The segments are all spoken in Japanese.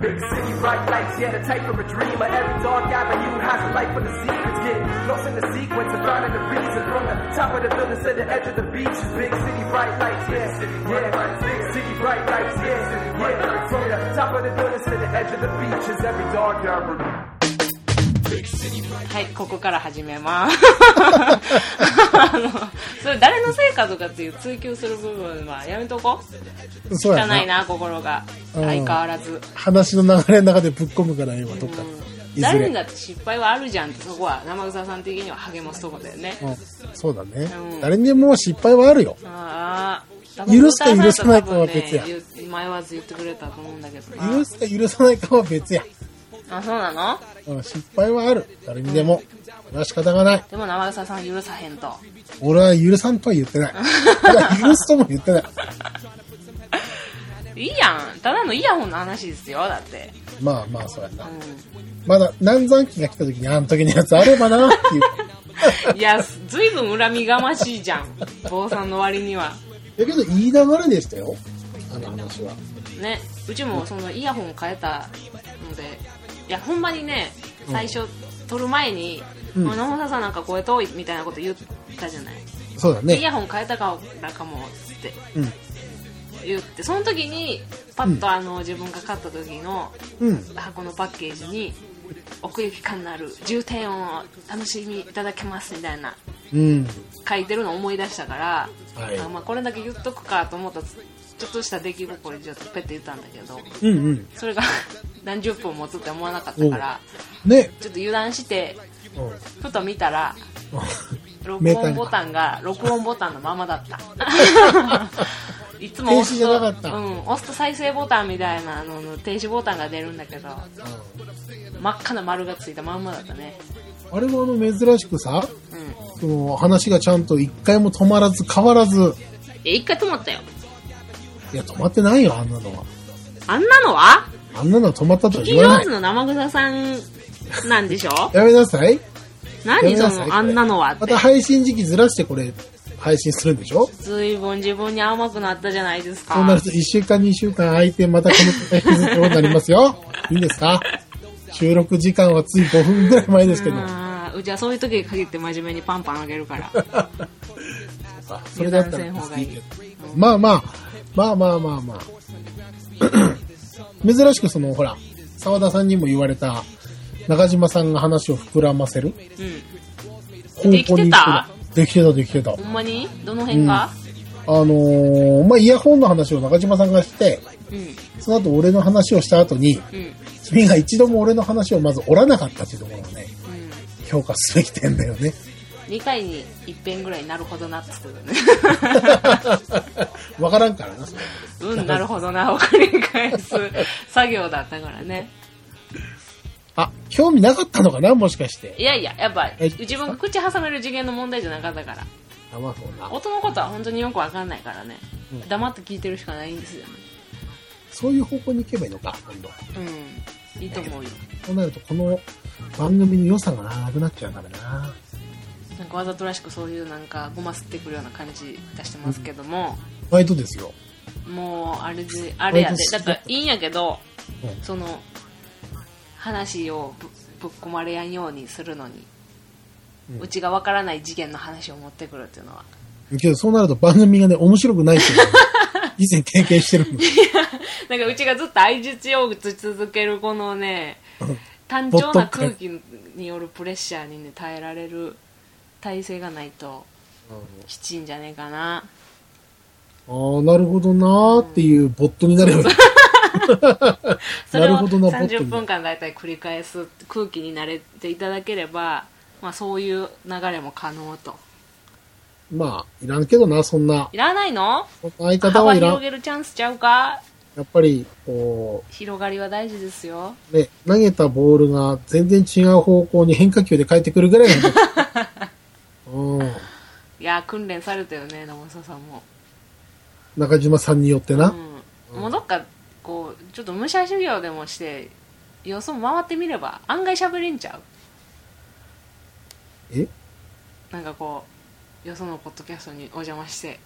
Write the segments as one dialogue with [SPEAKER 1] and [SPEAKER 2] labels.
[SPEAKER 1] Big city, bright lights, yeah, the type of a dreamer. Every dark avenue has a light for the secrets. Yeah, lost in the sequence and finding the reason. From the top of the building to the edge of the beach. Big city, bright lights, yeah, yeah. Big city, bright lights, yeah, yeah. From the top of the building to the edge of the beach is every dark avenue.
[SPEAKER 2] はい、ここから始めます。あの、それ誰のせいかとかっていう追求する部分はやめとこう。
[SPEAKER 3] そうや
[SPEAKER 2] 汚い
[SPEAKER 3] な。
[SPEAKER 2] な、心が。
[SPEAKER 3] うん
[SPEAKER 2] 相変わらず。
[SPEAKER 3] 話の流れの中でぶっ込むからええわ、とか。いず
[SPEAKER 2] 誰にだ
[SPEAKER 3] れ。
[SPEAKER 2] って失敗はあるじゃんって、そこは生草さん的には励ますとこだよね。
[SPEAKER 3] うんそうだね
[SPEAKER 2] う。ん
[SPEAKER 3] 誰にも失敗はあるよ。
[SPEAKER 2] ああ、
[SPEAKER 3] 許すか許さないかは別や
[SPEAKER 2] 多分ね言う迷わず言ってくれたと思うんだけどな。
[SPEAKER 3] 許すか許さないかは別や。
[SPEAKER 2] あ、そうなの
[SPEAKER 3] うん失敗はある。誰にでも。それは仕方がない。
[SPEAKER 2] でも生草さん許さへんと。
[SPEAKER 3] 俺は許さんとは言ってない。俺は許すとも言ってない。
[SPEAKER 2] いいやん。ただのイヤホンの話ですよ、だって。
[SPEAKER 3] まあまあ、そうやな
[SPEAKER 2] う。ん。
[SPEAKER 3] まだ、南山期が来た時に、あの時のやつあればな、っていう。
[SPEAKER 2] いや、ずいぶん恨みがましいじゃん。坊さんの割には。
[SPEAKER 3] だけど、いい流れでしたよ。あの話は。
[SPEAKER 2] ね。うちもそのイヤホン変えたので、いや、ほんまにね、最初、撮る前に、
[SPEAKER 3] うん
[SPEAKER 2] 野本さんなんか声遠いみたいなこと言ったじゃない。
[SPEAKER 3] そうだ
[SPEAKER 2] でイ
[SPEAKER 3] ね。
[SPEAKER 2] ヤホン変えたからかも、つって
[SPEAKER 3] うん。
[SPEAKER 2] 言って、その時に、パッとあの、自分が買った時の
[SPEAKER 3] うん。
[SPEAKER 2] 箱のパッケージに、奥行き感のある重低音を楽しみいただけますみたいな
[SPEAKER 3] うん。
[SPEAKER 2] 書いてるのを思い出したから、
[SPEAKER 3] はい
[SPEAKER 2] あまあ、これだけ言っとくかと思ったちょっとした出来心でちょっとペッて言ったんだけど
[SPEAKER 3] うんうん。
[SPEAKER 2] それが 何十分持つって思わなかったから
[SPEAKER 3] ね。
[SPEAKER 2] ちょっと油断して
[SPEAKER 3] うん
[SPEAKER 2] ふと見たら録
[SPEAKER 3] メーター
[SPEAKER 2] 音
[SPEAKER 3] に
[SPEAKER 2] ボタンが録音ボタンのままだった いつも
[SPEAKER 3] 停
[SPEAKER 2] 押
[SPEAKER 3] 止
[SPEAKER 2] す
[SPEAKER 3] じゃ
[SPEAKER 2] と
[SPEAKER 3] なかった
[SPEAKER 2] うん、押すと再生ボタンみたいなあの停止ボタンが出るんだけど真っ赤な丸がついたまんまだったね
[SPEAKER 3] あれもあの珍しくさ、
[SPEAKER 2] うん
[SPEAKER 3] その話がちゃんと一回も止まらず変わらず、
[SPEAKER 2] え一回止まったよ
[SPEAKER 3] いや止まってないよ、あんなのは。
[SPEAKER 2] あんなのは
[SPEAKER 3] あんなのは止まったとは
[SPEAKER 2] 金
[SPEAKER 3] 言わ
[SPEAKER 2] 曜
[SPEAKER 3] な
[SPEAKER 2] 日
[SPEAKER 3] い。
[SPEAKER 2] の生草さんなんでしょ
[SPEAKER 3] やめなさい。
[SPEAKER 2] 何
[SPEAKER 3] やめ
[SPEAKER 2] そ
[SPEAKER 3] なさいこれ
[SPEAKER 2] のあんなのはっ
[SPEAKER 3] ま
[SPEAKER 2] て
[SPEAKER 3] た配信時期ずらしてこれ、配信するんでしょ
[SPEAKER 2] 随分自分に甘くなったじゃないです
[SPEAKER 3] そうな
[SPEAKER 2] か
[SPEAKER 3] ると1週間2週間空いてまたこの引きずることになりますよ。いいんですか収録時間はつい5分ぐらい前ですけど。
[SPEAKER 2] あーうちはそういう時に限って真面目にパンパンあげる から
[SPEAKER 3] それだっ
[SPEAKER 2] 油
[SPEAKER 3] た
[SPEAKER 2] 断
[SPEAKER 3] ら
[SPEAKER 2] せん方がいい
[SPEAKER 3] いいけどまあまあ、まあまあまあま あ。珍しくその、ほら、沢田さんにも言われた、中島さんが話を膨らませる
[SPEAKER 2] うん
[SPEAKER 3] 方向に行く
[SPEAKER 2] できてた
[SPEAKER 3] できてた、できてた。あ
[SPEAKER 2] ほんまにどの辺が
[SPEAKER 3] のー、まあ、イヤホンの話を中島さんがして、
[SPEAKER 2] うん
[SPEAKER 3] その後俺の話をした後に、
[SPEAKER 2] うんうん、
[SPEAKER 3] 君が一度も俺の話をまず折らなかったっていうところがね、評価すべき点だよね。
[SPEAKER 2] 2回に一遍ぐらいなるほどなっつってたね
[SPEAKER 3] わからんからな。
[SPEAKER 2] うんなるほどなを繰り返す作業だったからね
[SPEAKER 3] あ、興味なかったのかなもしかして。
[SPEAKER 2] いやいややっぱ
[SPEAKER 3] え
[SPEAKER 2] 自分が口挟める次元の問題じゃなかったから
[SPEAKER 3] あ、まあそうな。
[SPEAKER 2] 音のことは本当によくわかんないからね黙って聞いてるしかないんですよね
[SPEAKER 3] そういう方向に行けばいいのか、今度。
[SPEAKER 2] うんいいと思うよ
[SPEAKER 3] そうなるとこの番組の良さがなくなっちゃうからな。
[SPEAKER 2] なんかわざとらしくそういうなんかごますってくるような感じ出してますけども、
[SPEAKER 3] バイトですよ。
[SPEAKER 2] もうあれであれやで
[SPEAKER 3] 私
[SPEAKER 2] だからいいんやけど、
[SPEAKER 3] うん
[SPEAKER 2] その話をぶぶっ込まれやんようにするのに、う
[SPEAKER 3] うん
[SPEAKER 2] ちがわからない次元の話を持ってくるっていうのは
[SPEAKER 3] けどそうなると番組がね、面白くないっていうのを 以前経験してるの。
[SPEAKER 2] なんかうちがずっと相槌を打ち続けるこのね単調な空気によるプレッシャーにね耐えられる体制がないときちんじゃねえかな
[SPEAKER 3] ああ、なるほどなーっていうボットになればいい。
[SPEAKER 2] それを
[SPEAKER 3] なるほどなポット
[SPEAKER 2] 30
[SPEAKER 3] に
[SPEAKER 2] 分間大体繰り返す空気に慣れていただければ、まあ、そういう流れも可能と
[SPEAKER 3] まあ、いらんけどな、そんな。
[SPEAKER 2] いらないの
[SPEAKER 3] そんな相方
[SPEAKER 2] 幅
[SPEAKER 3] はいらん
[SPEAKER 2] 広。げるチャンスちゃうか
[SPEAKER 3] やっぱり、こ
[SPEAKER 2] 広がりは大事ですよ
[SPEAKER 3] う、ね、投げたボールが全然違う方向に変化球で返ってくるぐらいなんだ。 うん。
[SPEAKER 2] いや訓練されたよね野本さんも、
[SPEAKER 3] 中島さんによってな。
[SPEAKER 2] うん、もうどっかこうちょっと武者修行でもしてよそ回ってみれば案外しゃべれんちゃう
[SPEAKER 3] え
[SPEAKER 2] なんかこうよそのポッドキャストにお邪魔 して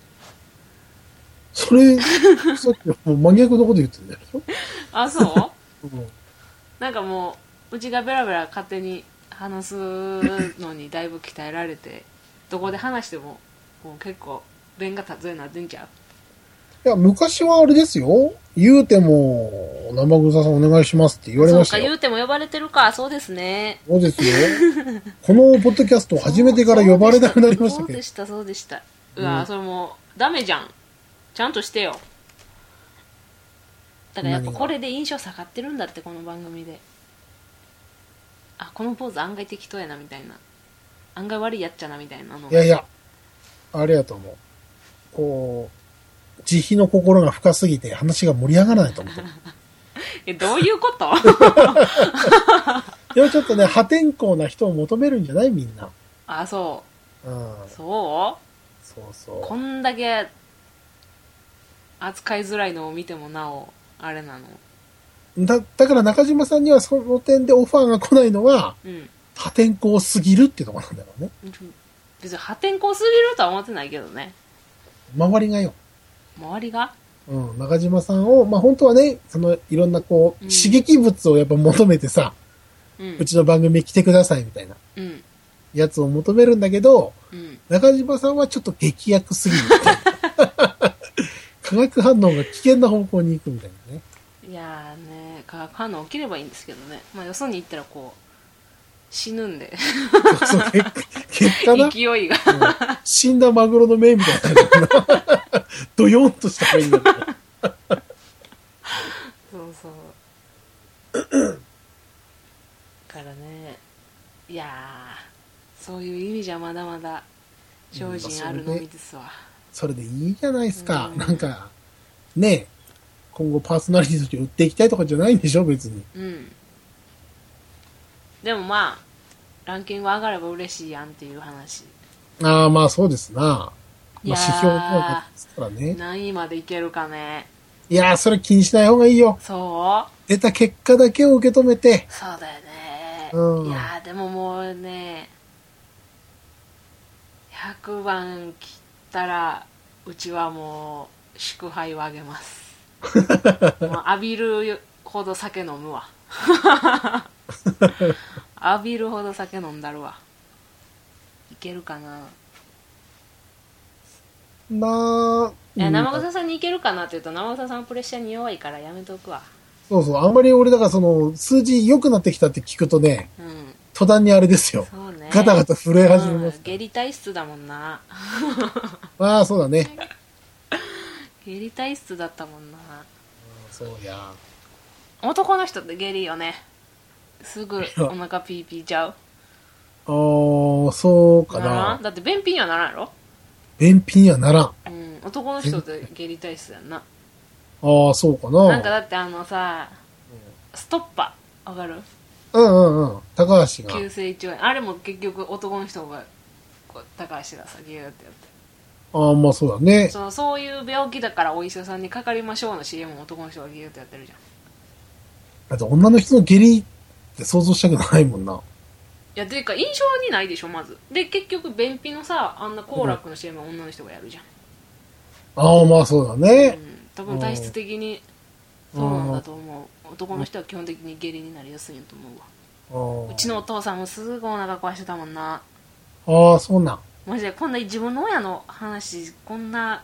[SPEAKER 3] それ、さっきもう真逆のこと言ってんだよ。
[SPEAKER 2] あそう
[SPEAKER 3] うん
[SPEAKER 2] なんかもううちがベラベラ勝手に話すのにだいぶ鍛えられて どこで話してももう結構弁が立つようになってんちゃう
[SPEAKER 3] いや、昔はあれですよ。言うても、生草さんお願いしますって言われ
[SPEAKER 2] そ
[SPEAKER 3] ま
[SPEAKER 2] う
[SPEAKER 3] した
[SPEAKER 2] か
[SPEAKER 3] よ
[SPEAKER 2] 言。うても呼ばれてるかそうですね
[SPEAKER 3] そうですよ。このポッドキャストを始めてから呼ばれなくなりましたけ
[SPEAKER 2] そう
[SPEAKER 3] ど
[SPEAKER 2] で。したそうでしたうわ、それもうダメじゃんちゃんとしてよだからやっぱこれで印象下がってるんだってこの番組であこのポーズ案外適当やなみたいな案外悪いやっちゃなみたいなの
[SPEAKER 3] いやいや、あれやと思う。こう、慈悲の心が深すぎて話が盛り上がらない と思う。
[SPEAKER 2] えどういうこと
[SPEAKER 3] でもちょっとね、破天荒な人を求めるんじゃないみんな。
[SPEAKER 2] あそ
[SPEAKER 3] うん。
[SPEAKER 2] うそう
[SPEAKER 3] そう
[SPEAKER 2] こ
[SPEAKER 3] そ
[SPEAKER 2] んだけ扱いづらいのを見てもなおあれなの
[SPEAKER 3] う。だ、だから中島さんにはその点でオファーが来ないのは、
[SPEAKER 2] うん
[SPEAKER 3] 破天荒すぎるっていうところなんだろうね。
[SPEAKER 2] 別に破天荒すぎるとは思ってないけどね
[SPEAKER 3] 周りがよ。
[SPEAKER 2] 周りが
[SPEAKER 3] うん、中島さんを、まあ、本当はね、その、いろんなこう、
[SPEAKER 2] うん
[SPEAKER 3] 刺激物をやっぱ求めてさ、
[SPEAKER 2] うん
[SPEAKER 3] うちの番組来てくださいみたいな
[SPEAKER 2] うん
[SPEAKER 3] やつを求めるんだけど、
[SPEAKER 2] うん
[SPEAKER 3] 中島さんはちょっと劇薬すぎる。化学反応が危険な方向に行くみたいなね。
[SPEAKER 2] いやーね化学反応起きればいいんですけどねまあよそに行ったらこう死ぬんで
[SPEAKER 3] そう、結果結果な、う ん
[SPEAKER 2] 勢いが
[SPEAKER 3] 死んだマグロの目みたいな。ドヨンとした目になる。
[SPEAKER 2] そうそうだからねいやーそういう意味じゃまだまだ精進あるのみですわ、
[SPEAKER 3] それでいいじゃないですか
[SPEAKER 2] う。ん
[SPEAKER 3] なんか、ねえ、今後パーソナリティとして売っていきたいとかじゃないんでしょ、別に。
[SPEAKER 2] うんでもまあランキング上がれば嬉しいやんっていう話
[SPEAKER 3] ああ、まあそうですな。
[SPEAKER 2] い
[SPEAKER 3] ま
[SPEAKER 2] や
[SPEAKER 3] あ、
[SPEAKER 2] ー
[SPEAKER 3] 指標効果ですからね。
[SPEAKER 2] 何位までいけるかね
[SPEAKER 3] いやー、それ気にしない方がいいよ。
[SPEAKER 2] そう
[SPEAKER 3] 出た結果だけを受け止めて、
[SPEAKER 2] そうだよね、
[SPEAKER 3] うん
[SPEAKER 2] いやーでももうね100番切ったらうちはもう祝杯をあげますも う浴びるほど酒飲む わ浴びるほど酒飲んだるわいけるかな
[SPEAKER 3] まあ、
[SPEAKER 2] いや
[SPEAKER 3] うん
[SPEAKER 2] 生臭さんにいけるかなって言うと生臭さんプレッシャーに弱いからやめとくわ
[SPEAKER 3] そうそう、あんまり俺だからその、数字良くなってきたって聞くとね、
[SPEAKER 2] うん
[SPEAKER 3] 途端にあれですよ。
[SPEAKER 2] そうね
[SPEAKER 3] ガタガタ震え始め
[SPEAKER 2] う
[SPEAKER 3] ま
[SPEAKER 2] ん
[SPEAKER 3] す。
[SPEAKER 2] 下痢体質だもんな
[SPEAKER 3] まあ、そうだね。
[SPEAKER 2] 下痢体質だったもんな
[SPEAKER 3] そうや。
[SPEAKER 2] 男の人って下痢よねすぐお腹ピーピーちゃう
[SPEAKER 3] あー、そうか
[SPEAKER 2] なら。
[SPEAKER 3] なん
[SPEAKER 2] だって便秘にはならんやろ、
[SPEAKER 3] 便秘にはならん。あ
[SPEAKER 2] うん、男の人って下痢体質やんな
[SPEAKER 3] ー、そうかな。
[SPEAKER 2] なんかだってあのさストッパわかる
[SPEAKER 3] うんうんうん。高橋が。
[SPEAKER 2] 急性胃腸炎あれも結局男の人がこう高橋がさギューってやって
[SPEAKER 3] あー、まあそうだ ね。
[SPEAKER 2] そのそういう病気だからお医者さんにかかりましょうの CM も男の人がギューってやってるじゃん
[SPEAKER 3] だって女の人の下痢って想像したくないもんな。
[SPEAKER 2] いやていうか印象にないでしょまずで結局便秘のさあんな好楽の CM は女の人がやるじゃん
[SPEAKER 3] ああ、まあそうだ
[SPEAKER 2] う
[SPEAKER 3] ね。
[SPEAKER 2] ん、多分体質的にそうなんだと思う男の人は基本的に下痢になりやすいんやと思うわ
[SPEAKER 3] あー
[SPEAKER 2] うちのお父さんもすぐお腹壊してたもんな
[SPEAKER 3] ああ、そうなん。
[SPEAKER 2] マジでこんな自分の親の話こんな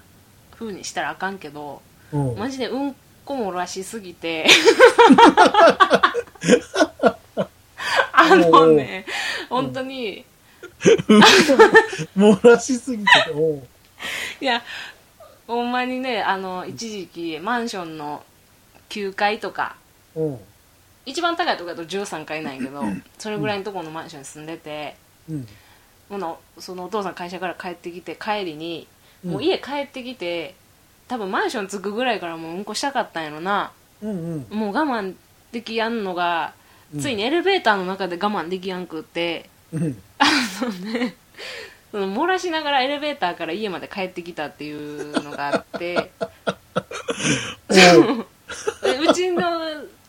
[SPEAKER 2] 風にしたらあかんけど
[SPEAKER 3] うん。
[SPEAKER 2] マジでうんこもらしすぎ てあのね本当に
[SPEAKER 3] 漏らしすぎてて、おう
[SPEAKER 2] いやほんまにねあの一時期マンションの9階とか
[SPEAKER 3] おう。
[SPEAKER 2] 一番高いとこだと13階なんやけどそれぐらいのところのマンションに住んでて、
[SPEAKER 3] うん。
[SPEAKER 2] もうのそのお父さん会社から帰ってきて帰りに
[SPEAKER 3] うん
[SPEAKER 2] もう家帰ってきて多分マンション着くぐらいからもううんこしたかったんやろな
[SPEAKER 3] うんうん。
[SPEAKER 2] もう我慢できやんのが
[SPEAKER 3] うん
[SPEAKER 2] ついにエレベーターの中で我慢できやんくって、
[SPEAKER 3] うん。
[SPEAKER 2] その漏らしながらエレベーターから家まで帰ってきたっていうのがあって
[SPEAKER 3] おう。
[SPEAKER 2] でうちの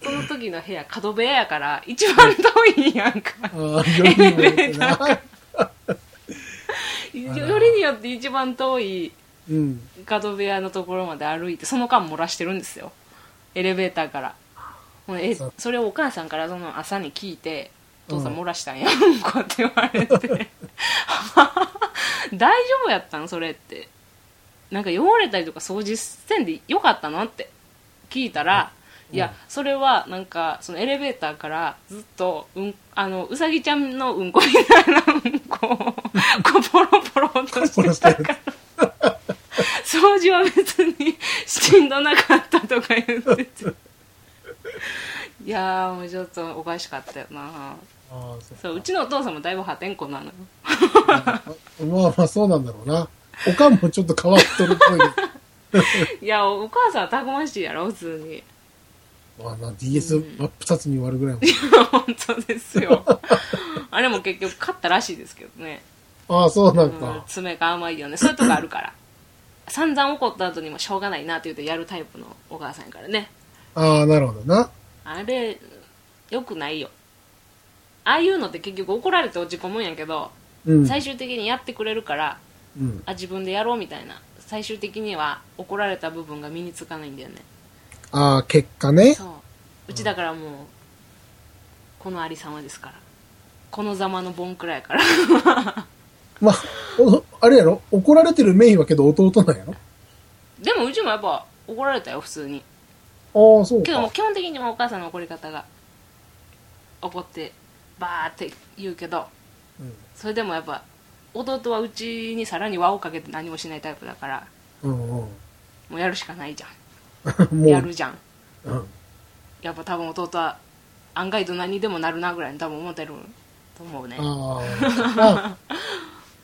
[SPEAKER 2] その時の部屋角部屋やから一番遠いやんか
[SPEAKER 3] ああ、よりにもよって な。
[SPEAKER 2] よりによって一番遠い
[SPEAKER 3] うん。
[SPEAKER 2] 角部屋のところまで歩いてその間漏らしてるんですよエレベーターからほんでえ
[SPEAKER 3] そう
[SPEAKER 2] それをお母さんからその朝に聞いて「お
[SPEAKER 3] うん
[SPEAKER 2] 父さん漏らしたんや」こうやって言われて 「大丈夫やったんそれ」ってなんか汚れたりとか掃除せんでよかったのって聞いたら、いやそれはなんかそのエレベーターからずっとうんあのうさぎちゃんのうんこみたいなうんこ をこうポロポロとしてたから掃除は別にしんどなかったとか言ってていやーもうちょっとおかしかったよな
[SPEAKER 3] ああ、そう
[SPEAKER 2] そううちのお父さんもだいぶ破天荒なのよ
[SPEAKER 3] まあまあそうなんだろうな。おかんもちょっと変わっとるっ ぽいけ
[SPEAKER 2] いやお母さんはたくましいやろ普通 に
[SPEAKER 3] ど。まあな、DS 真っ二つに割るぐらいも。
[SPEAKER 2] 本当ですよあれも結局勝ったらしいですけどね、
[SPEAKER 3] ああ、そうな
[SPEAKER 2] うんん
[SPEAKER 3] か、。
[SPEAKER 2] 爪が甘いよねそういうとこあるから散々怒った後にもしょうがないなって言ってやるタイプのお母さんやからね
[SPEAKER 3] ああ、なるほどな。
[SPEAKER 2] あれよくないよああいうのって結局怒られて落ち込むんやけど、
[SPEAKER 3] うん。
[SPEAKER 2] 最終的にやってくれるから
[SPEAKER 3] うん。
[SPEAKER 2] あ自分でやろうみたいな最終的には怒られた部分が身につかないんだよね
[SPEAKER 3] ああ、結果ね。
[SPEAKER 2] そううちだからもう、このありさまですからこのざまのボンくらい から
[SPEAKER 3] まあ、おあれやろ怒られてるメインはけど弟なんや
[SPEAKER 2] でもうちもやっぱ怒られたよ普通に
[SPEAKER 3] ろああ、そう
[SPEAKER 2] けどもう
[SPEAKER 3] か。
[SPEAKER 2] 基本的にはお母さんの怒り方が怒ってバーって言うけどそれでもやっぱ弟はうちにさらに輪をかけて何もしないタイプだから
[SPEAKER 3] うん。うん うん。
[SPEAKER 2] もうやるしかないじゃん
[SPEAKER 3] も
[SPEAKER 2] や
[SPEAKER 3] う
[SPEAKER 2] る、じゃん
[SPEAKER 3] うん。
[SPEAKER 2] やっぱ多分弟は案外ど何にでもなるなぐらいに多分思ってると思うね
[SPEAKER 3] ああ、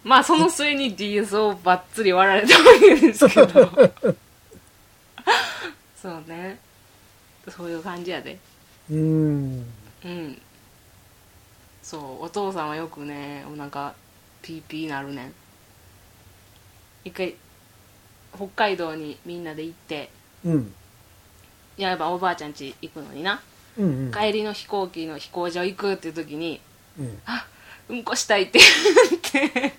[SPEAKER 2] まあその末に DS をばっつり割られたわけです けどそうねそういう感じやで
[SPEAKER 3] うん。
[SPEAKER 2] うんそうお父さんはよくねお腹ピーピーなるねん一回北海道にみんなで行って
[SPEAKER 3] うん。
[SPEAKER 2] いややっぱおばあちゃん家行くのにな
[SPEAKER 3] うん。うん。
[SPEAKER 2] 帰りの飛行機の飛行場行くっていう時に
[SPEAKER 3] うん。
[SPEAKER 2] うんこしたいって言って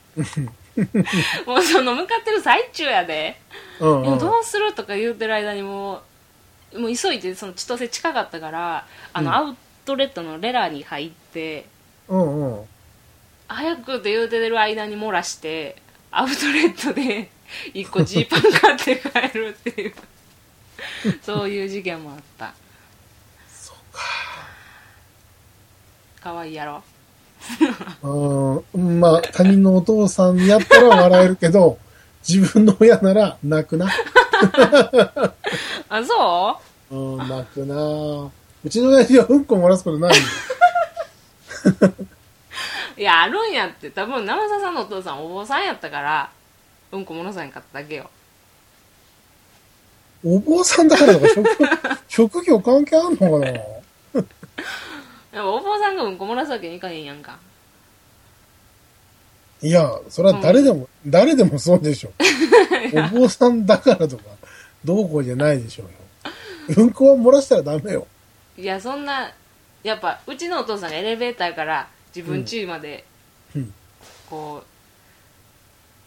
[SPEAKER 2] もうその向かってる最中やで
[SPEAKER 3] うん
[SPEAKER 2] もうどうするとか言うてる間にもうもう急いでその千歳近かったからあの、
[SPEAKER 3] うん
[SPEAKER 2] アウトレットのレラに入って
[SPEAKER 3] うん。うん。
[SPEAKER 2] 早くって言うてる間に漏らしてアウトレットで一個ジーパン買って帰るっていうそういう事件もあったそうかかわいいやろ
[SPEAKER 3] うん、まあ、他人のお父さんやったら笑えるけど、自分の親なら泣くな。
[SPEAKER 2] あそ
[SPEAKER 3] うん、泣くな。うちの親父はうんこ漏らすことない。
[SPEAKER 2] ういやあるんやって多分生田さんのお父さんお坊さんやったからうんこものさん買っただけよ
[SPEAKER 3] お坊さんだからとか職、職業関係あんのかな
[SPEAKER 2] でもお坊さんがうんこ漏らすわけにいかへんやんか
[SPEAKER 3] いや、それは誰でも、誰でもそうでしょ。お坊さんだからとか、どうこうじゃないでしょうよ。うんこは漏らしたらダメよ。
[SPEAKER 2] いやそんなやっぱうちのお父さんがエレベーターから自分家まで、
[SPEAKER 3] うん
[SPEAKER 2] こ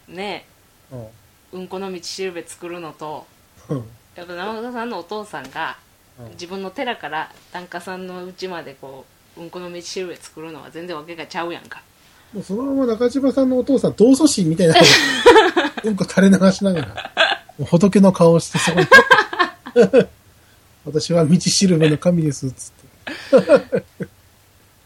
[SPEAKER 2] うね
[SPEAKER 3] うん。
[SPEAKER 2] うんこの道しるべ作るのと
[SPEAKER 3] うん
[SPEAKER 2] やっぱ生田さんのお父さんが
[SPEAKER 3] うん
[SPEAKER 2] 自分の寺から檀家さんの家までこううんこの道しるべ作るのは全然わけがちゃうやんか
[SPEAKER 3] もうそのまま中島さんのお父さん、同祖神み たいな。うんこ垂れ流しながら、もう仏の顔をしてそこに。 私は道しるべの神です、つって。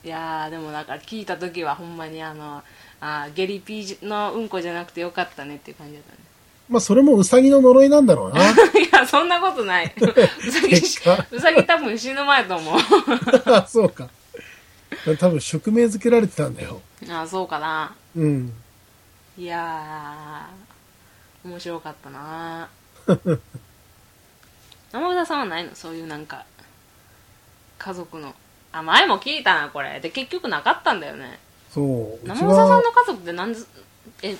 [SPEAKER 2] いやーでもなんか聞いた時はほんまにあのあーゲリピーのうんこじゃなくてよかったねっていう感じだったね
[SPEAKER 3] まあ、それもウサギの呪いなんだろうな。
[SPEAKER 2] い や、そんなことない。うさぎ
[SPEAKER 3] 結果、
[SPEAKER 2] うさぎ多分死ぬ前と 思う。
[SPEAKER 3] あそうか。多分、宿命づけられてたんだよ。
[SPEAKER 2] あ、そうかな。
[SPEAKER 3] うん。
[SPEAKER 2] いやー、面白かった な。山田さんはないのそういうなんか、家族の。あ、前も聞いたな、これ。で、結局なかったんだよね。
[SPEAKER 3] そう。う
[SPEAKER 2] 山
[SPEAKER 3] ち
[SPEAKER 2] 田さん
[SPEAKER 3] は、
[SPEAKER 2] の家族ってなんで、え、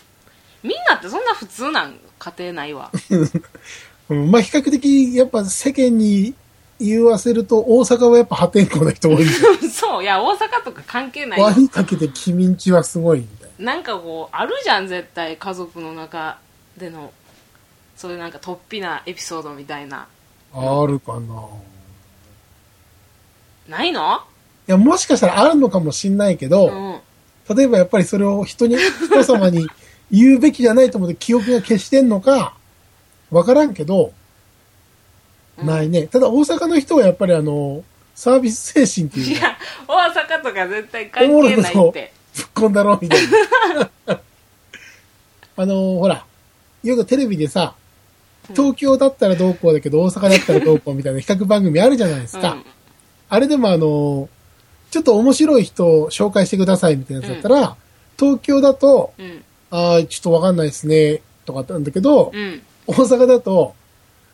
[SPEAKER 2] みんなってそんな普通なん家庭ないわ。
[SPEAKER 3] うんまあ、比較的、やっぱ世間に言わせると、大阪はやっぱ破天荒な人多いんだよ。
[SPEAKER 2] そう、いや、大阪とか関係ないよ
[SPEAKER 3] 輪にかけて君んちはすごい、みたいな。
[SPEAKER 2] なんかこうあるじゃん絶対家族の中でのそういうなんか突飛なエピソードみたいな
[SPEAKER 3] あるかな
[SPEAKER 2] ないの
[SPEAKER 3] いや、もしかしたらあるのかもしんないけ
[SPEAKER 2] う
[SPEAKER 3] ど、
[SPEAKER 2] ん。
[SPEAKER 3] 例えばやっぱりそれを人に、 人様に言うべきじゃないと思って記憶が消してんのか、わからんけど、
[SPEAKER 2] うん
[SPEAKER 3] ないね。ただ大阪の人はやっぱりあの、サービス精神って
[SPEAKER 2] い
[SPEAKER 3] いうか、
[SPEAKER 2] や、大阪とか絶対関係ない
[SPEAKER 3] おもろ
[SPEAKER 2] っ
[SPEAKER 3] い
[SPEAKER 2] て。
[SPEAKER 3] ぶっこんだろ、みたいな。 あの、ほら、よくテレビでさ、東京だったらどうこうだけど、大阪だったらどうこうみたいな比較番組あるじゃないですか。
[SPEAKER 2] うん
[SPEAKER 3] あれでもあの、ちょっと面白い人を紹介してくださいみたいなやつだったら、東京だと、
[SPEAKER 2] うん。
[SPEAKER 3] ああ、ちょっとわかんないですね、とかあったんだけど、
[SPEAKER 2] うん。
[SPEAKER 3] 大阪だと、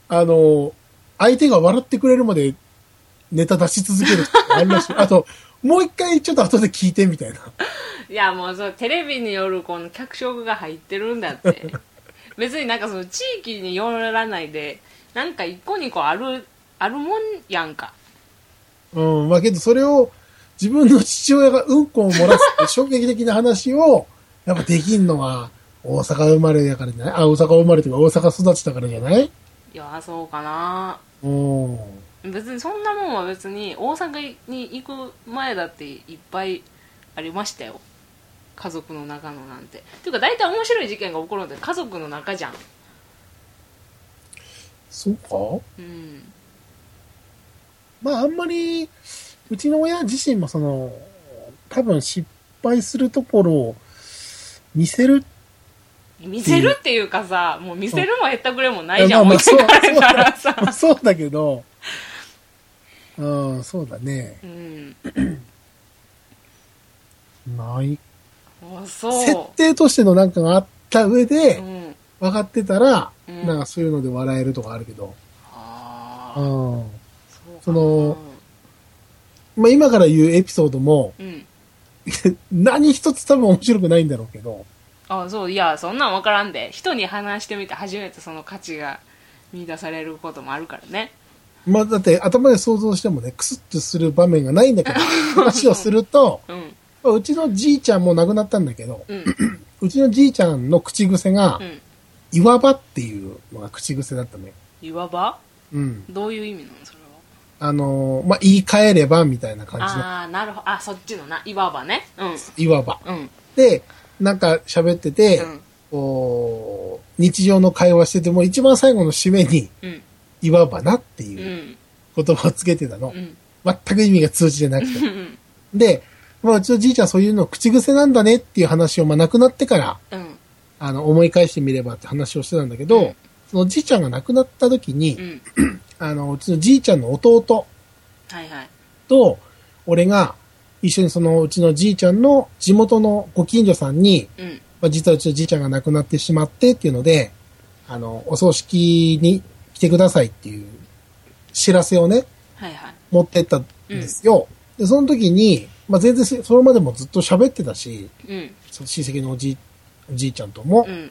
[SPEAKER 3] あの、相手が笑ってくれるまでネタ出し続けるとかあるら しい。あと、もう一回ちょっと後で聞いてみたいな。
[SPEAKER 2] いや、もうそう、テレビによるこの脚色が入ってるんだって。 別になんかその地域によらないで、なんか一個二個ある、あるもんやんか。
[SPEAKER 3] うん、まあけどそれを自分の父親がうんこを漏らす って衝撃的な話を、やっぱできんのは大阪生まれだからじゃないあ、大阪生まれというか大阪育ちだからじゃない
[SPEAKER 2] いや、そうかな
[SPEAKER 3] うん。
[SPEAKER 2] 別にそんなもんは別に大阪に行く前だっていっぱいありましたよ家族の中のなんてていうか大体面白い事件が起こるのって家族の中じゃん
[SPEAKER 3] そうか
[SPEAKER 2] うん
[SPEAKER 3] まああんまり、うちの親自身もその、多分失敗するところを見せ る。
[SPEAKER 2] 見せるっていうかさ、もう見せるもへったくれもないじ
[SPEAKER 3] ま
[SPEAKER 2] ゃ
[SPEAKER 3] あ
[SPEAKER 2] ん、
[SPEAKER 3] ま
[SPEAKER 2] 置
[SPEAKER 3] あ
[SPEAKER 2] いて
[SPEAKER 3] そ
[SPEAKER 2] かれ
[SPEAKER 3] う
[SPEAKER 2] たらさ。
[SPEAKER 3] そうだけど、うん、そうだね。
[SPEAKER 2] うん。
[SPEAKER 3] ない。
[SPEAKER 2] あそう。
[SPEAKER 3] 設定としてのなんかがあった上で
[SPEAKER 2] う、ん。
[SPEAKER 3] 分かってたら、
[SPEAKER 2] うん
[SPEAKER 3] なんかそういうので笑えるとかあるけど。
[SPEAKER 2] あ
[SPEAKER 3] う
[SPEAKER 2] あ。
[SPEAKER 3] ん。
[SPEAKER 2] そうかな
[SPEAKER 3] その、まあ今から言うエピソードも、
[SPEAKER 2] うん。
[SPEAKER 3] 何一つ多分面白くないんだろうけど、
[SPEAKER 2] あそう、いや、そんなんわからんで。人に話してみて初めてその価値が見出されることもあるからね。
[SPEAKER 3] まあだって頭で想像してもね、クスッとする場面がないんだ けど、話をすると、
[SPEAKER 2] うん。
[SPEAKER 3] まあうちのじいちゃんも亡くなったんだけど、
[SPEAKER 2] うん。
[SPEAKER 3] うちのじいちゃんの口癖が
[SPEAKER 2] う、ん。
[SPEAKER 3] 岩場っていうのが口癖だったのよ。
[SPEAKER 2] 岩場
[SPEAKER 3] うん。
[SPEAKER 2] どういう意味なのそれは
[SPEAKER 3] あのーまあ言い換えればみたいな感じの
[SPEAKER 2] ああーなるほどあそっちのな岩場ねうん
[SPEAKER 3] 岩場。
[SPEAKER 2] うん
[SPEAKER 3] で、なんか喋ってて、
[SPEAKER 2] うん
[SPEAKER 3] こう、日常の会話してても一番最後の締めに、
[SPEAKER 2] うん
[SPEAKER 3] 岩場なっていううん言葉をつけてたの。
[SPEAKER 2] うん
[SPEAKER 3] 全く意味が通じてなく
[SPEAKER 2] う
[SPEAKER 3] て。
[SPEAKER 2] ん
[SPEAKER 3] で、まあ、うちのじいちゃんそういうの口癖なんだねっていう話を、まあ、亡くなってから、
[SPEAKER 2] うん
[SPEAKER 3] あの、思い返してみればって話をしてたんだけど、
[SPEAKER 2] うん
[SPEAKER 3] そのじいちゃんが亡くなった時に、
[SPEAKER 2] うん
[SPEAKER 3] あの、うちのじいちゃんの弟
[SPEAKER 2] はいはい
[SPEAKER 3] と、俺が、一緒にそのうちのじいちゃんの地元のご近所さんに、
[SPEAKER 2] うん
[SPEAKER 3] まあ、実はうちのじいちゃんが亡くなってしまってっていうので、あの、お葬式に来てくださいっていう知らせをね、
[SPEAKER 2] はいはい
[SPEAKER 3] 持ってったんですよ。で、その時に、まあ、全然しそれまでもずっと喋ってたし、
[SPEAKER 2] うん
[SPEAKER 3] その親戚のおじい、おじいちゃんとも
[SPEAKER 2] う。ん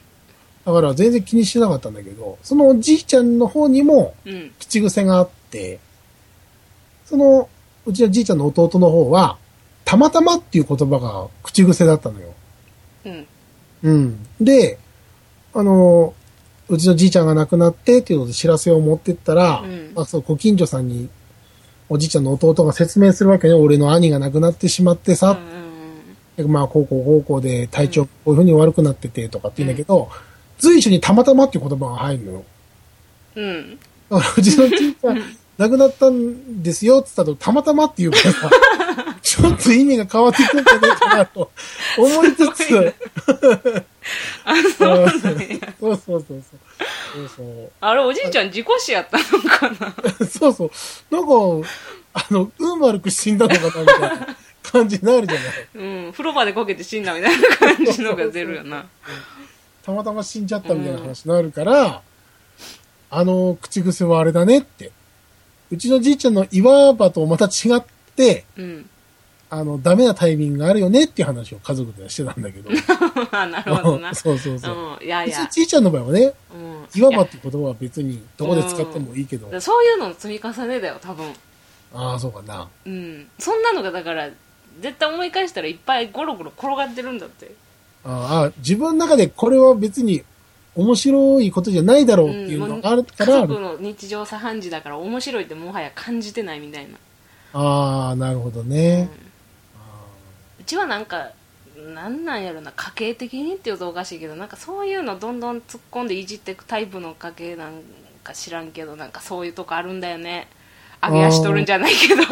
[SPEAKER 3] だから全然気にしてなかったんだけど、そのおじいちゃんの方にも
[SPEAKER 2] うん
[SPEAKER 3] 口癖があって、その、うちのじいちゃんの弟の方は、たまたまっていう言葉が口癖だったのよ。
[SPEAKER 2] うん
[SPEAKER 3] うん。で、あの、うちのじいちゃんが亡くなってっていうので知らせを持ってったら、
[SPEAKER 2] うん
[SPEAKER 3] まあ、そう、ご近所さんに、おじいちゃんの弟が説明するわけね。俺の兄が亡くなってしまって
[SPEAKER 2] う
[SPEAKER 3] さ、
[SPEAKER 2] ん
[SPEAKER 3] まあ、こうこうこうこうで体調こういうふうに悪くなっててとかって言うんだけど、随所にたまたまっていう言葉が入るのよ。
[SPEAKER 2] うん
[SPEAKER 3] だから、うちのじいちゃん、亡くなったんですよって言ったと、たまたまって言うか らさ、ちょっと意味が変わってくるんじゃないかなと思いつ
[SPEAKER 2] すごいな
[SPEAKER 3] つ、
[SPEAKER 2] そうなんや
[SPEAKER 3] そうそうそうそう。そうそう。
[SPEAKER 2] あれおじいちゃん事故死やったのかな
[SPEAKER 3] そうそう。なんか、あの、運悪く死んだのかな、みたいな感じになるじゃない。
[SPEAKER 2] うん風呂場でこけて死んだみたいな感じのが出るよな
[SPEAKER 3] たまたま死んじゃったみたいな話になるから、あの、口癖はあれだねって。うちのじいちゃんの岩場とまた違って、
[SPEAKER 2] うん
[SPEAKER 3] あの、ダメなタイミングがあるよねっていう話を家族ではしてたんだけど。
[SPEAKER 2] あなるほどな
[SPEAKER 3] そうそうそう。
[SPEAKER 2] うんいやい
[SPEAKER 3] 別
[SPEAKER 2] や
[SPEAKER 3] にじいちゃんの場合はね、
[SPEAKER 2] うん
[SPEAKER 3] 岩
[SPEAKER 2] い
[SPEAKER 3] 場
[SPEAKER 2] や
[SPEAKER 3] って言葉は別にどこで使ってもいいけど
[SPEAKER 2] だか、らそういうのの積み重ねだよ多分
[SPEAKER 3] ああ、そうかな。
[SPEAKER 2] うんそんなのがだから絶対思い返したらいっぱいゴロゴロ転がってるんだって
[SPEAKER 3] ああ、自分の中でこれは別に面白いことじゃないだろうっていうのがあるか
[SPEAKER 2] 家
[SPEAKER 3] ら、
[SPEAKER 2] 族の日常茶飯事だから面白いってもはや感じてないみたいな
[SPEAKER 3] ああ、なるほどね。
[SPEAKER 2] うちはなんかなんなんやろな家計的にって言うとおかしいけどなんかそういうのどんどん突っ込んでいじっていくタイプの家計なんか知らんけどなんかそういうとこあるんだよね揚げ足取るんじゃないけ ど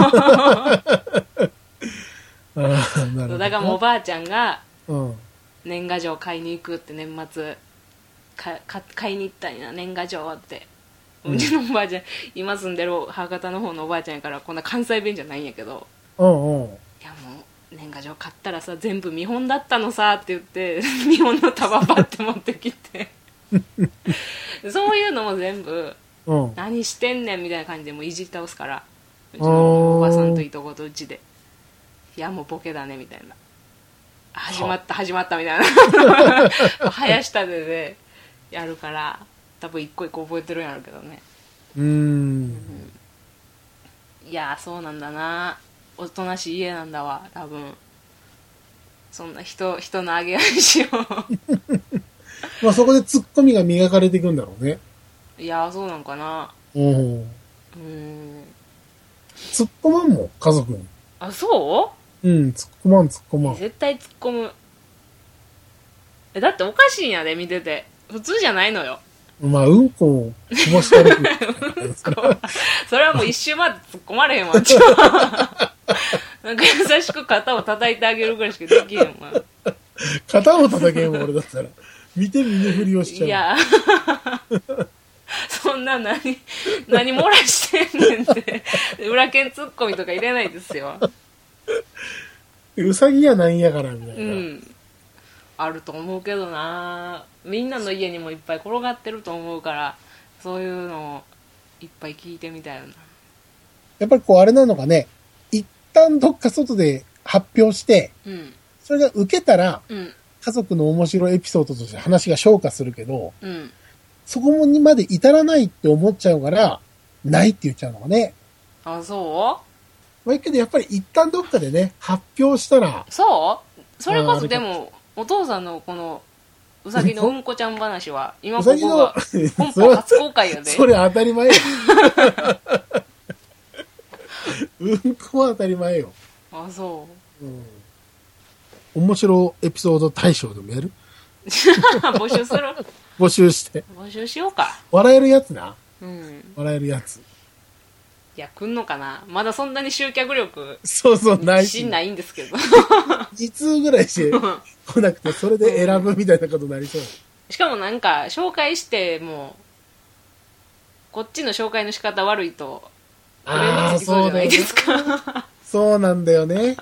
[SPEAKER 3] ああ、 なるほど。
[SPEAKER 2] だからもうおばあちゃんが
[SPEAKER 3] うん。
[SPEAKER 2] 年賀状買いに行くって年末かか買いに行ったんや年賀状ってうちのおばあちゃん今住んでる博多の方のおばあちゃんやからこんな関西弁じゃないんやけど
[SPEAKER 3] うんうん。
[SPEAKER 2] いやもう年賀状買ったらさ全部見本だったのさって言って 見本の束ばって持ってき てそういうのも全部
[SPEAKER 3] うん。
[SPEAKER 2] 何してんねんみたいな感じでもういじって倒すからうち
[SPEAKER 3] あー
[SPEAKER 2] のおばさんといとことうちでいやもうボケだねみたいな始まった始まったみたいな 林立てでやるから多分一個一個覚えてるんやろうけどね
[SPEAKER 3] うーん。
[SPEAKER 2] いやーそうなんだなおとなしい家なんだわ多分そんな人人の上げ足を
[SPEAKER 3] まあそこで突っ込みが磨かれていくんだろうね。
[SPEAKER 2] いやーそう なんかな
[SPEAKER 3] うん。
[SPEAKER 2] うーん
[SPEAKER 3] 突っ込まんもん、家族に。
[SPEAKER 2] あそ
[SPEAKER 3] うん、突っ込まん、突っ込ま。
[SPEAKER 2] うん絶対突っ込むえだっておかしいんやで見てて普通じゃないのよ
[SPEAKER 3] まあ、うんこをこぼしたる。それは
[SPEAKER 2] それはもう一周まで突っ込まれへんわ なんか優しく肩を叩いてあげるぐらいしかできへんわ
[SPEAKER 3] 肩を叩けんもん、俺だった ら。見て見ぬふりをしちゃう。
[SPEAKER 2] いや そんな何何漏らしてんねんって裏剣ツッコミとか入れないですよ
[SPEAKER 3] うさぎやなんやから、みたいうな。
[SPEAKER 2] んあると思うけどなみんなの家にもいっぱい転がってると思うからそういうのをいっぱい聞いてみたいよな
[SPEAKER 3] やっぱりこう、あれなのかね、一旦どっか外で発表して、
[SPEAKER 2] うん
[SPEAKER 3] それが受けたら、
[SPEAKER 2] うん
[SPEAKER 3] 家族の面白いエピソードとして話が消化するけど、
[SPEAKER 2] うん
[SPEAKER 3] そこにまで至らないって思っちゃうから、ないって言っちゃうのがね。
[SPEAKER 2] あそ
[SPEAKER 3] まあ、けどやっぱり一旦どっかでね、発表したら、
[SPEAKER 2] うそうそれこ
[SPEAKER 3] あ
[SPEAKER 2] そ
[SPEAKER 3] ー
[SPEAKER 2] でもお父さんのこのうさぎのうんこちゃん話は 今
[SPEAKER 3] う
[SPEAKER 2] こ
[SPEAKER 3] さぎ
[SPEAKER 2] こ
[SPEAKER 3] の
[SPEAKER 2] が、
[SPEAKER 3] それ
[SPEAKER 2] 本邦初公開やで
[SPEAKER 3] それ当たり前よ。 うんこは当たり前よ。
[SPEAKER 2] あそう
[SPEAKER 3] うん。面白エピソード大賞でもやる
[SPEAKER 2] 募集する
[SPEAKER 3] 募集して。
[SPEAKER 2] 募集しようか
[SPEAKER 3] 笑えるやつな。
[SPEAKER 2] うん
[SPEAKER 3] 笑えるやつ。
[SPEAKER 2] いや来んのかなまだそんなに集客力
[SPEAKER 3] そうそう、ない
[SPEAKER 2] 自
[SPEAKER 3] し。
[SPEAKER 2] 信ないんですけど
[SPEAKER 3] 二通ぐらいして来なくて、それで選ぶみたいなことになりそう。
[SPEAKER 2] しかもなんか紹介してもこっちの紹介の仕方悪いとこれ
[SPEAKER 3] あ
[SPEAKER 2] に
[SPEAKER 3] あ、
[SPEAKER 2] つきそう
[SPEAKER 3] そ
[SPEAKER 2] じ
[SPEAKER 3] う
[SPEAKER 2] ゃない
[SPEAKER 3] だ
[SPEAKER 2] で
[SPEAKER 3] よね。
[SPEAKER 2] すか
[SPEAKER 3] そうなんだよね。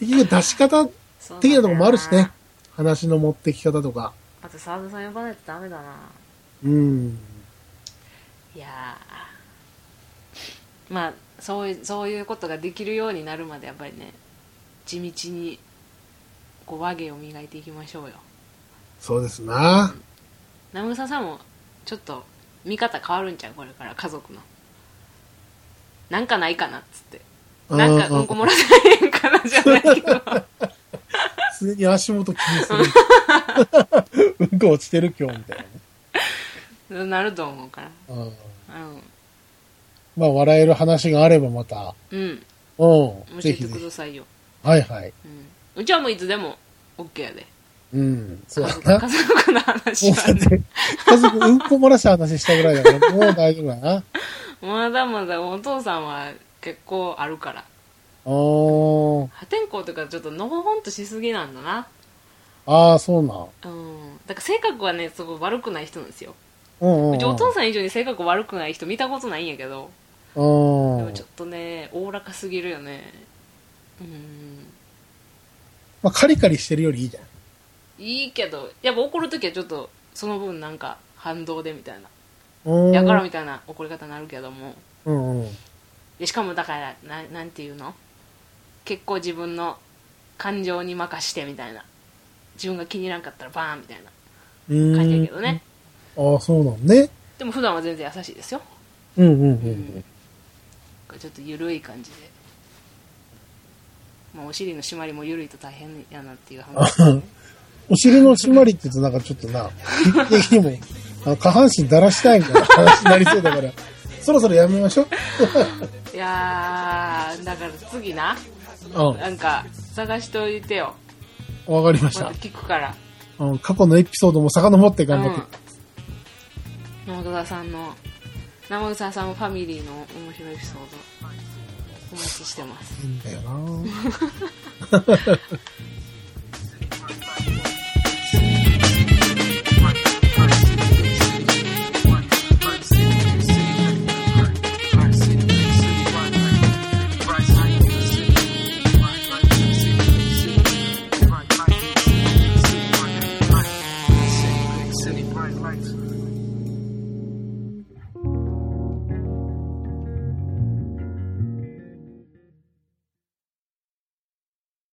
[SPEAKER 3] 結局出し方的なとこもあるしね。話の持ってき方とか。
[SPEAKER 2] あと澤田さん呼ばないとダメだな
[SPEAKER 3] うん。
[SPEAKER 2] いやーまあそういうそういうことができるようになるまでやっぱりね地道にこう和芸を磨いていきましょうよ
[SPEAKER 3] そうですな。
[SPEAKER 2] 南草さんもちょっと見方変わるんちゃうこれから家族のなんかないかなっつってなんか
[SPEAKER 3] あー
[SPEAKER 2] うんこもらえへんかなじゃないけど
[SPEAKER 3] 常に足元気にする。うんこ落ちてる今日みたいなね。
[SPEAKER 2] そうなると思うから
[SPEAKER 3] うん
[SPEAKER 2] う
[SPEAKER 3] まあ、笑える話があればまた。
[SPEAKER 2] んうん
[SPEAKER 3] うん。
[SPEAKER 2] 教
[SPEAKER 3] ぜ
[SPEAKER 2] えて
[SPEAKER 3] ひ
[SPEAKER 2] く
[SPEAKER 3] ぜひ。
[SPEAKER 2] ださいよ、
[SPEAKER 3] はいはい。
[SPEAKER 2] うん、うちはもういつでも OK やで
[SPEAKER 3] うん。 そう
[SPEAKER 2] 家
[SPEAKER 3] だ
[SPEAKER 2] 族
[SPEAKER 3] な。
[SPEAKER 2] 家族の話
[SPEAKER 3] もう
[SPEAKER 2] は
[SPEAKER 3] だっ
[SPEAKER 2] ね
[SPEAKER 3] て、家族うんこ漏らした話したぐらいだから、もう大丈夫だな。
[SPEAKER 2] まだまだお父さんは結構あるから
[SPEAKER 3] おー。
[SPEAKER 2] 破天荒とかちょっとのほほんとしすぎなんだな
[SPEAKER 3] ああ、そうなん。
[SPEAKER 2] うんだから性格はねすごい悪くない人なんですよ
[SPEAKER 3] うんうん、うん。
[SPEAKER 2] うちお父さん以上に性格悪くない人見たことないんやけどで
[SPEAKER 3] う
[SPEAKER 2] も
[SPEAKER 3] ん
[SPEAKER 2] ちょっとねおおらかすぎるよねうん
[SPEAKER 3] まあ、カリカリしてるよりいいじゃん。
[SPEAKER 2] いいけどやっぱ怒るときはちょっとその分なんか反動でみたいな
[SPEAKER 3] うん
[SPEAKER 2] やからみたいな怒り方になるけども
[SPEAKER 3] うんうん。
[SPEAKER 2] でしかもだからななんていうの結構自分の感情に任してみたいな自分が気に入らんかったらバーンみたいな
[SPEAKER 3] うん
[SPEAKER 2] 感じやけどね
[SPEAKER 3] ああ、そうなんね。
[SPEAKER 2] でも普段は全然優しいですよ、
[SPEAKER 3] うんうんう。
[SPEAKER 2] うんちょっと緩い感じで、まあ、お尻の締まりも緩いと大変やなっていう話で すね
[SPEAKER 3] お尻の締まりって言うとなんかちょっとな、一的にも、あ下半身だらしたいみたいな話になりそうだから、そろそろやめましょう。
[SPEAKER 2] いやーだから次なな
[SPEAKER 3] うん
[SPEAKER 2] か探しておいてよ
[SPEAKER 3] ん。わかりまし
[SPEAKER 2] また
[SPEAKER 3] た。
[SPEAKER 2] 聞くから
[SPEAKER 3] うん。過去のエピソードも遡って頑張って。
[SPEAKER 2] うん、山田さんの山口さんもファミリーの面白いエピソードお待ちしてます
[SPEAKER 3] いいんだよな
[SPEAKER 1] City, bright lights.